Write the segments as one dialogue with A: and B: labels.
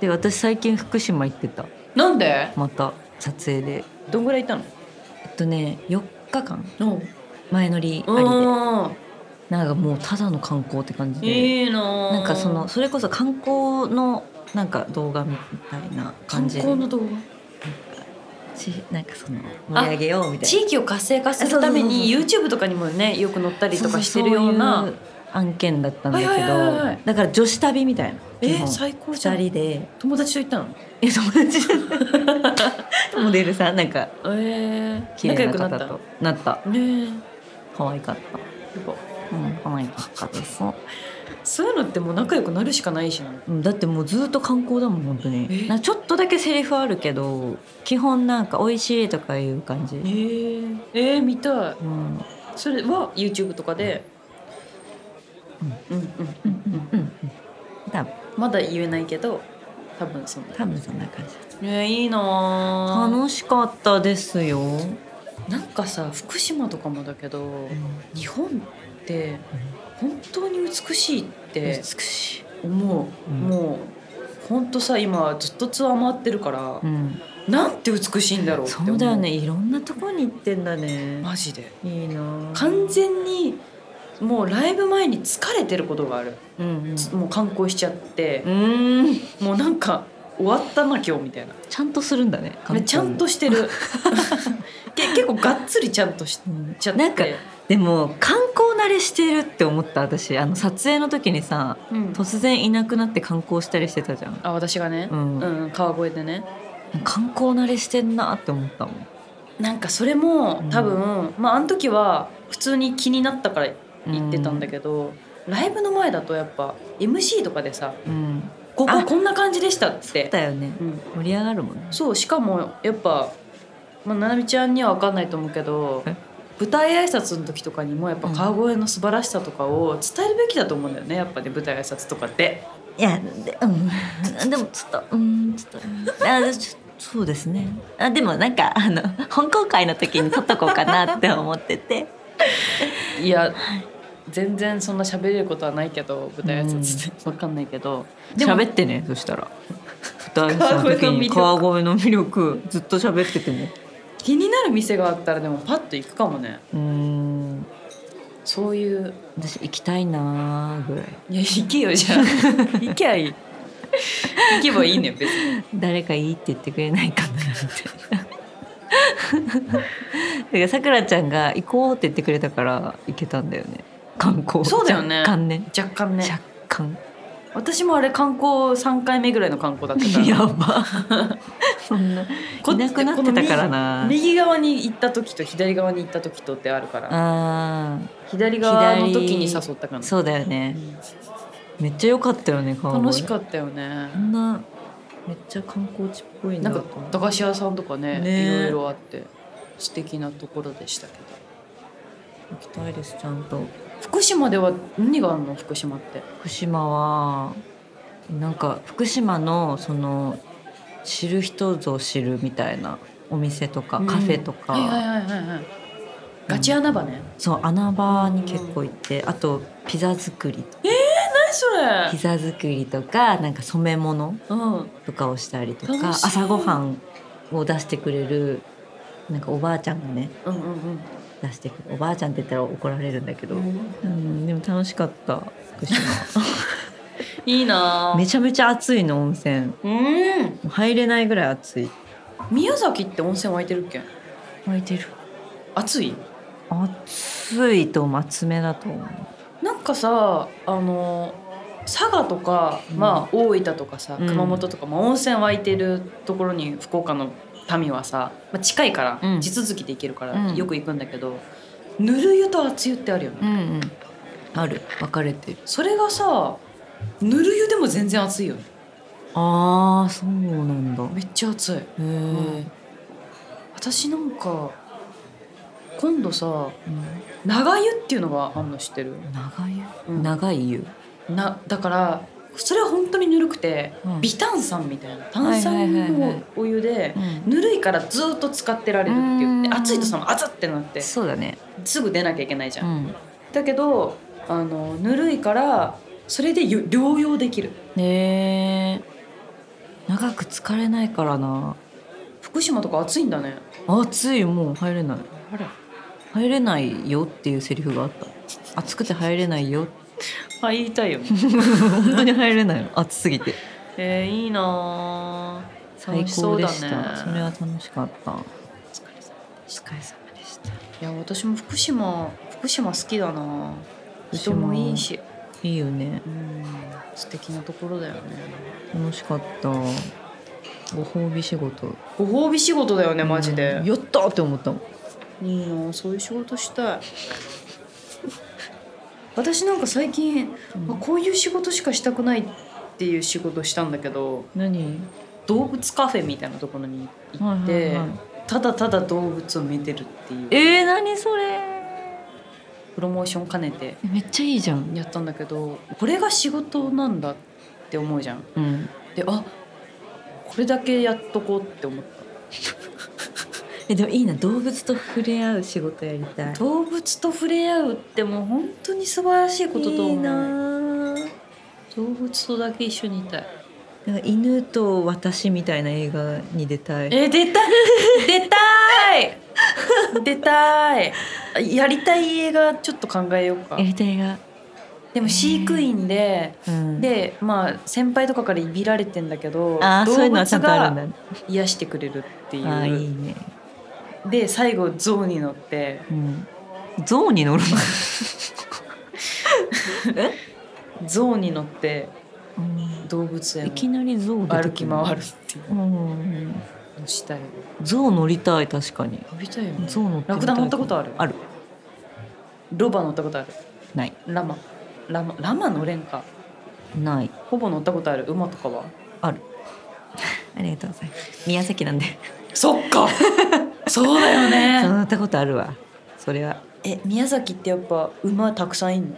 A: で私最近福島行ってた
B: なんで
A: また撮影で
B: どんぐらいいたの
A: えっとね4日間
B: うん
A: 前乗りありで
B: あ
A: なんかもうただの観光って感じ
B: ー
A: で、
B: いいなー
A: なんかそのそれこそ観光のなんか動画みたいな感
B: 観
A: じ
B: 光
A: で
B: の動画
A: ちなんかその盛り上げようみたい
B: 地
A: な
B: 域を活性化するために
A: そう
B: YouTube とかにもねよく載ったりと
A: そうそう
B: かしてるような
A: そういう案件だったんだけど、
B: はいはいはいはい
A: だから女子旅みたいな
B: え
A: 基
B: ー
A: 本
B: 最高じゃ
A: 二
B: ん
A: 人で
B: 友達と行ったの
A: え友 達じゃないモデルさんなんか
B: ええ
A: 綺
B: 仲
A: 麗
B: 良
A: な方
B: くなった
A: となった
B: ねえ
A: 可愛かったうん可愛かったです
B: そういうのってもう仲良くなるしかないしな
A: うんだってもうずっと観光だもん本当に
B: え
A: なんかちょっとだけセリフあるけど基本なんか美味しいとかいう感じ、
B: えー、えー、見たい
A: うん
B: それは YouTube とかでうんうんうんうん
A: うん多分
B: まだ言えないけど多分そんな
A: 多分そんな感じ
B: えー、いいなー
A: 楽しかったですよ、
B: なんかさ福島とかもだけど、日本って本当に美しいって
A: 美しい、
B: 思う、
A: うん
B: もうほんとさ今ずっとツアー回ってるから、
A: うん、
B: なんて美しいんだろうって
A: そ
B: 思う
A: うだよねいろんなとこに行ってんだね
B: マジで
A: いいな
B: 完全にもうライブ前に疲れてることがある、
A: うんうん
B: もう観光しちゃって
A: う、ーん
B: もうなんか終わったな今日みたいな
A: ちゃんとするんだね
B: ねちゃんとして るけ結構がっつりちゃんとし
A: うん
B: ちゃって
A: なんかでも観光慣れしてるって思った私あの撮影の時にさ
B: うん
A: 突然いなくなって観光したりしてたじゃん
B: あ私がね、
A: う
B: うんん川越でね
A: 観光慣れしてんなって思ったもん
B: なんかそれも
A: うん
B: 多分、まああの時は普通に気になったから行ってたんだ
A: け
B: けど、ライブの前だとやっぱ MC とかでさ
A: ど、うん、
B: 「こ
A: あ
B: ここんな感じでした」っ
A: そう
B: て
A: だよね
B: うん、
A: 盛り上がるもんね
B: そうしかもやっぱ、まあ、ななみちゃんには分かんないと思うけど
A: え
B: 舞台挨拶の時とかにもやっぱ川越の素晴らしさとかを伝えるべきだと思うんだよねやっぱね舞台挨拶とかって。
A: いやで,、うん、で もちょっとうんちょっとうん あでちょそうですねあでもなんかあの本公開の時に撮っとこうかなって思って て
B: いや全然そんな喋れることはないけど舞台挨拶 って分かんないけどでも
A: ってねそした ら
B: 川越の魅力
A: 川越の魅力ずっと喋っててね
B: 気になる店があったらでもパッと行くかもね
A: うん
B: そういう
A: 私行きたいなーぐらい
B: いや行けよじ ゃあ行けばいい行けばいいね別に
A: 誰かいいって言ってくれないかなみたいな だからさくらちゃんが行こうって言ってくれたから行けたんだよね観光
B: そうだよね
A: 若干ね
B: 若干ね
A: 若干
B: 私もあれ観光三回目ぐらいの観光だったから
A: やばそんな
B: こ
A: いなくなってたから
B: こ
A: な
B: の右右側に行った時と左側に行った時とってあるから
A: あ
B: 左側の時に
A: 左
B: 誘ったか
A: ー
B: な
A: そうだよねめっちゃ良かったよね川
B: うん
A: 越
B: 楽しかったよね
A: こんなめっちゃ観光地っぽい
B: なん
A: と
B: か
A: 思って
B: 駄菓子屋さんとかね
A: ね
B: いろいろあって素敵なところでしたけど
A: 行きたいですちゃんと
B: 福島では何があるの福島って
A: 福島はなんか福島のその知る人ぞ知るみたいなお店とかカフェとか、
B: うんはいはいはいはいはいガチ穴場ね
A: そう穴場に結構行って、あとピザ作りとか
B: 何それ
A: ピザ作りとかなんか染め物
B: うん
A: とかをしたりとか
B: 楽しい
A: 朝ごはんを出してくれるなんかおばあちゃんがね
B: うんうん
A: 出してくるおばあちゃんって言ったら怒られるんだけど、
B: う
A: うん
B: ん
A: でも楽しかった福島
B: いいな
A: め
B: ぁ
A: ちゃめちゃ暑いの温泉も
B: うん
A: う入れないぐらい暑い
B: 宮崎って温泉湧いてるっけ
A: 湧いてる
B: 暑い
A: 暑いと思う暑めだと思う
B: なんかさあの佐賀とか、まあ、大分とかさ
A: うん
B: 熊本とか、まあ、温泉湧いてるところに福岡の民はさ、まあ、近いから、
A: うん
B: 地続きで行けるから、
A: うん
B: よく行くんだけどぬる湯と熱湯ってあるよね、
A: うんうんある分かれてる
B: それがさぬる湯でも全然熱いよね
A: ああそうなんだへ
B: めっちゃ熱い
A: え、うん
B: 私なんか今度さ長湯っていうのがあんの知ってる
A: 長湯、
B: うん
A: 長い湯
B: なだからそれは本当にぬるくて、
A: うん
B: 微炭酸みたいな炭
A: はい
B: 酸
A: はいはいはい
B: のお湯で、
A: うん
B: ぬるいからずっと使ってられるって
A: う
B: い
A: ん
B: う暑いとさも熱ってなって
A: そうだね
B: すぐ出なきゃいけないじゃ、
A: うんん
B: だけどあのぬるいからそれでよ療養できる
A: へえ長く疲れないからな
B: 福島とか暑いんだね
A: 暑いもう入れない
B: あら
A: 入れないよっていうセリフがあった暑くて入れないよ
B: 入り たいよね
A: 本当に入れないの暑すぎて
B: えー、いいなー
A: 最
B: 楽しそ
A: 高
B: う
A: で
B: だ
A: した
B: ね
A: それは楽しかったお
B: お疲れ様
A: 疲れ様でした
B: いや私も福島福島好きだな人もいいし
A: いいよね
B: うん素敵なところだよね
A: 楽しかったご褒美仕事
B: ご褒美仕事だよねマジで
A: うん、やったーって思ったもん
B: いいなそういう仕事したい 私なんか最近、
A: うん
B: あこういう仕事しかしたくないっていう仕事したんだけど
A: 何
B: 動物カフェみたいなところに行って、
A: はいはいはい
B: ただただ動物を見てるっていう
A: えー、何それ
B: プロモーション兼ねて
A: めっちゃいいじゃん
B: やったんだけどこれが仕事なんだって思うじゃん
A: うん
B: であこれだけやっとこうって思った
A: えでもいいな動物と触れ合う仕事やりたい
B: 動物と触れ合うってもう本当に素晴らしいことと思う
A: いいなー
B: 動物とだけ一緒にいたい
A: なんか犬と私みたいな映画に出たい
B: え出た い出たい出たいあやりたい映画ちょっと考えようか
A: やりたい映画、
B: でも飼育員で
A: うん、
B: でまあ先輩とかからいびられてんだけど
A: あーそうい
B: 動
A: うのはちゃ
B: 物
A: んとあるん
B: が
A: だね
B: 癒してくれるってい
A: あーいういね、
B: で最後象に乗って
A: うん、象に乗る
B: 象に乗って
A: の、
B: 動物
A: う
B: 園
A: ん、
B: を
A: いきなり象出て
B: 歩
A: く
B: き
A: る
B: 回るってい
A: うん
B: うのしたい
A: 象乗りたい確かに
B: 乗りたいよね
A: 象乗ってみたい
B: ラクダ乗ったことある
A: ある
B: ロバ乗ったことある
A: ない
B: ラマラマラマ乗れんか
A: ない
B: ほぼ乗ったことある馬とかは
A: ある ありがとうございます宮崎 なんで
B: そっ かそうだよ
A: そう
B: ね
A: 乗ったことあるわそれは
B: え宮崎ってやっぱ馬たくさんいんの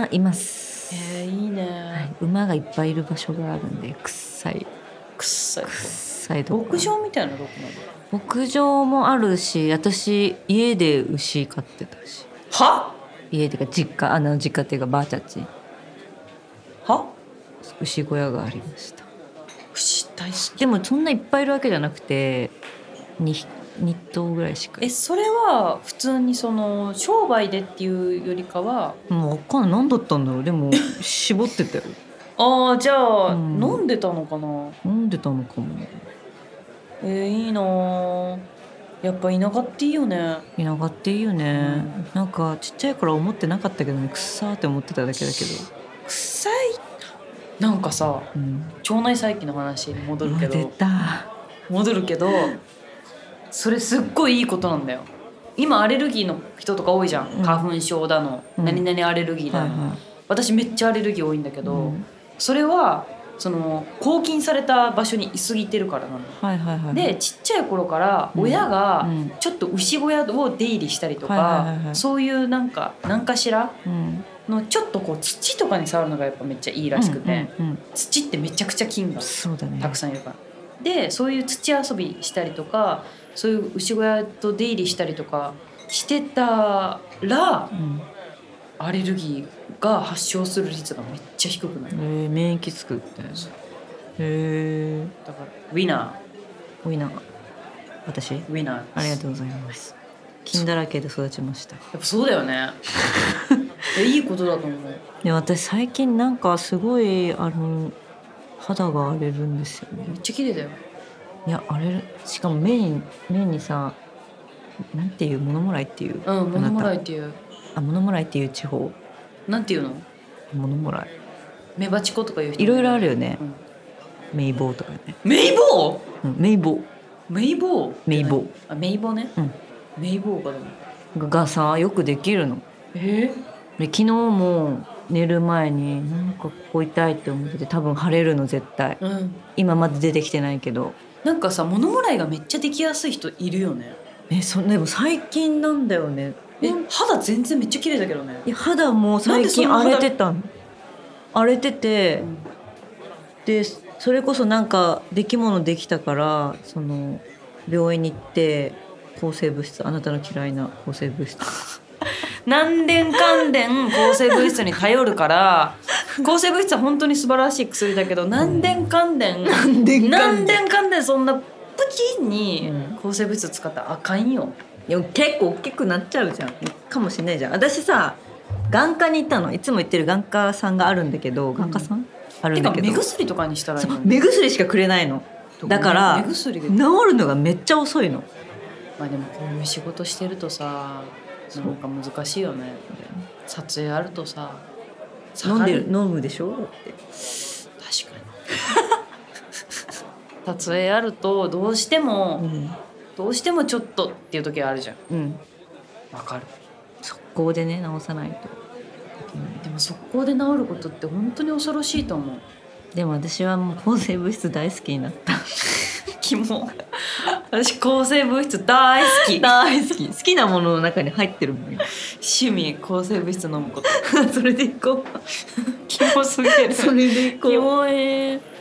A: 馬います、
B: えー、いいね、
A: はい、馬がいっぱいいる場所があるんで臭い
B: くっさい
A: 臭いとこ
B: 牧場みたいなとこなの
A: 牧場もあるし私家で牛飼ってたし
B: は
A: 家っていうか実家あの実家っていうかばあちゃんち
B: は
A: 牛小屋がありました
B: 牛大好き
A: でもそんないっぱいいるわけじゃなくて 2, 二頭ぐらいしか
B: えそれは普通にその商売でっていうよりかは
A: もう分かんない何だったんだろうでも絞ってたよ
B: ああじゃあ、
A: うん
B: 飲んでたのかな
A: 飲んでたのかも
B: えー、いいなーやっぱ田舎っていいよね
A: 田舎っていいよね、なんかちっちゃい頃は思ってなかったけどねくっさーって思ってただけだけど、
B: 臭いなんかさ
A: うん、
B: 腸内細菌の話に戻るけ
A: うわ出
B: ど
A: た
B: 戻るけどそれすっごいいいことなんだよ今アレルギーの人とか多いじゃん、
A: うん
B: 花粉症だの、
A: うん
B: 何々アレルギーだ
A: はい
B: の、
A: は
B: 私めっちゃアレルギー多いんだけ
A: い
B: ど、
A: うん
B: それはその抗菌された場所に居すぎてるからなの、
A: はいはいはい
B: でちっちゃい頃から親
A: う
B: が
A: ん
B: ちょっと牛小屋を出入りしたりとか、
A: はいはいはいはい
B: そういうなんか何かしら
A: うん
B: のちょっとこう土とかに触るのがやっぱめっちゃいいらしくて、
A: うんうんうん
B: 土ってめちゃくちゃ菌が
A: そうだね
B: たくさんいるから。でそういう土遊びしたりとかそういう牛小屋と出入りしたりとかしてたら
A: うん
B: アレルギーが発症する率がめっちゃ低くな
A: え
B: る
A: ー、免疫作ってへ
B: そう
A: え
B: だからウィナ
A: おいな私
B: ーウィナー
A: ありがとうございます金だらけで育ちました
B: やっぱそうだよね いやいいことだと思う
A: で私最近なんかすごいあの肌が荒れるんですよね
B: めっちゃ綺麗だよ
A: いや荒れるしかも目に目にさなんていうモノモライっていう
B: うんモノモライ
A: イ
B: っていう
A: あモノモライっていう地方
B: なんていうの
A: モノモライ
B: メバチコとかいう人
A: いろいろあ
B: る、
A: るよね
B: うん、
A: メイボウとかね、
B: メイボウ
A: うん、メイボウ
B: メイボウ
A: メイボウ
B: あメイボウね、
A: うん
B: メイボウかでも
A: がさよくできるの
B: え
A: で昨日も寝る前になんかここ痛いって思ってて多分腫れるの絶対
B: うん
A: 今まで出てきてないけど
B: なんかさモノモライがめっちゃできやすい人いるよね
A: えそでも最近なんだよね
B: え
A: ほん
B: 肌全然めっちゃ綺麗だけどね
A: いや肌も最近
B: なん
A: 荒
B: で
A: れて
B: その肌
A: たの荒れてて、
B: うん
A: でそれこそなんかできものできたからその 病院に行って抗生物質あなたの嫌いな抗生物質
B: 何年関連抗生物質に頼る から抗生物質は本当に素晴らしい薬だけど何年関連
A: 何で
B: 何年関連そんなプチに
A: うん
B: 抗生物質使ったらあかんよ
A: でも結構大きくなっちゃうじゃんかもしれないじゃん私さ眼科に行ったのいつも行ってる眼科さんがあるんだけど眼科さん、ある
B: て
A: んだ
B: か
A: け
B: 目
A: ど
B: 薬とかにしたらいい
A: そ
B: の
A: う
B: に
A: 目薬しかくれないのだから
B: 目薬で
A: 治るのがめっちゃ遅いの
B: まあでもこういう仕事してるとさなんか難しいよね撮影あるとさ下
A: 飲ん
B: が
A: で
B: る
A: る飲むでしょだって
B: 確かに 撮影あるとどうしても、
A: うん、
B: どうしてもちょっとっていう時あるじゃん
A: うん、
B: わかる
A: 速攻でね治さないと
B: でも速攻で治ることって本当に恐ろしいと思う
A: でも私はもう抗生物質大好きになった
B: キモ私抗生物質大好 き
A: 大好き好きなものの中に入ってるもん今
B: 趣味抗生物 質飲むこと
A: それでいこう
B: キモすぎる
A: それでいこ
B: キ
A: う
B: モえー